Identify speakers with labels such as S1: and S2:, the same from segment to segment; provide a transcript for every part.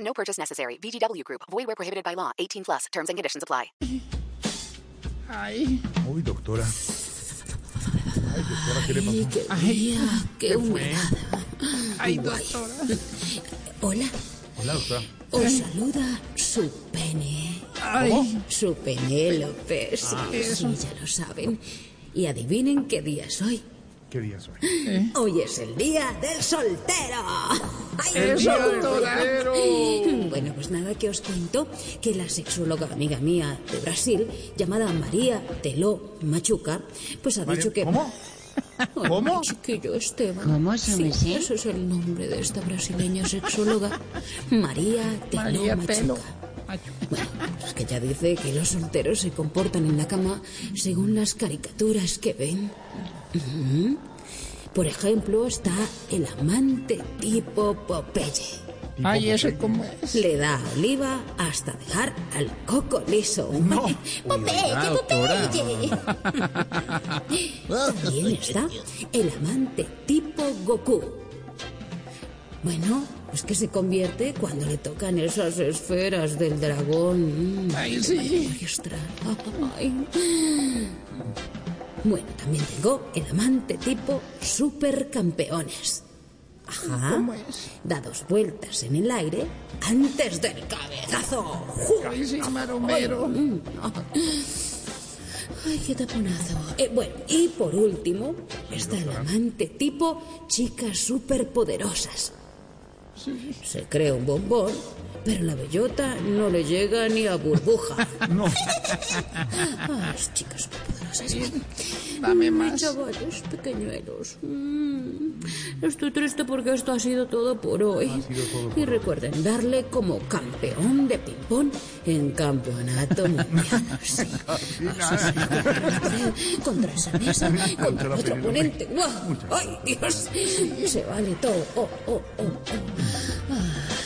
S1: No purchase necessary. VGW Group. Void where prohibited by law. 18 plus. Terms and conditions apply.
S2: Ay,
S3: Uy, doctora. Ay, doctora, ¿qué le pasó?
S4: Qué
S2: Ay,
S4: día, Ah, qué humedad.
S2: ay, doctora.
S4: Hola,
S3: Hola, doctora.
S4: os saluda su pene,
S2: Ay,
S4: su Penélope. Sí,
S3: Ah.
S4: sí, ya lo saben. Y adivinen qué día es hoy.
S3: ¿Qué día es hoy?
S4: Hoy es el día del soltero. ¡Ay,
S2: El
S4: qué
S2: día del
S4: barbaridad!
S2: soltero.
S4: Bueno, pues nada, que os cuento que la sexóloga amiga mía de Brasil, llamada María Teló Machuca, pues ha dicho que...
S3: ¿Cómo?
S4: Ay,
S3: ¿Cómo?
S4: Chiquillo Esteban.
S5: ¿Cómo se
S4: Sí,
S5: me sé?
S4: Ese es el nombre de esta brasileña sexóloga, María Teló
S2: María
S4: Machuca.
S2: Pelo.
S4: Bueno, pues que ya dice que los solteros se comportan en la cama según las caricaturas que ven. Ujú. Por ejemplo, está el amante tipo Popeye.
S2: Ay, ese cómo es.
S4: Le da oliva hasta dejar al coco liso. ¡Popeye, Popeye! También está el amante tipo Goku. Bueno, pues que se convierte cuando le tocan esas esferas del dragón. Mm,
S2: Ay,
S4: qué
S2: sí.
S4: manera maestra. Ay. Bueno, también tengo el amante tipo supercampeones. Ajá.
S2: ¿Cómo es?
S4: Da dos vueltas en el aire antes del cabezazo.
S2: Ay, sí, maromero.
S4: Mm, ah. Ay, qué taponazo. Eh, bueno, y por último, está el amante tipo chicas superpoderosas. Se cree un bombón, pero la bellota no le llega ni a burbuja.
S3: No.
S4: Ay, chicas superpoderosas.
S2: Dame
S4: Mm,
S2: más.
S4: Chavales pequeñuelos. Mm, estoy triste porque esto ha sido todo por hoy. y recuerden darle como campeón de ping-pong en campeonato mundial. Sí. Así se juega contra la pared, contra esa mesa, contra el otro oponente. ¡Guau! ¡Ay, Dios! Se vale todo. Oh, oh, oh, oh.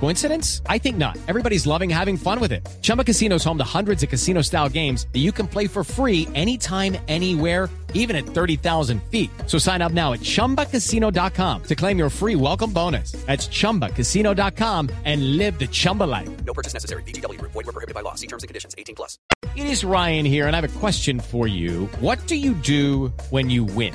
S6: Coincidence? I think not. Everybody's loving having fun with it. Chumba Casino is home to hundreds of casino style games that you can play for free anytime, anywhere, even at 30,000 feet. So sign up now at chumbacasino.com to claim your free welcome bonus. That's chumbacasino.com and live the Chumba life.
S7: No purchase necessary. VGW Group. Void were prohibited by law. See terms and conditions. 18 plus.
S6: It is Ryan here, and I have a question for you. What do you do when you win?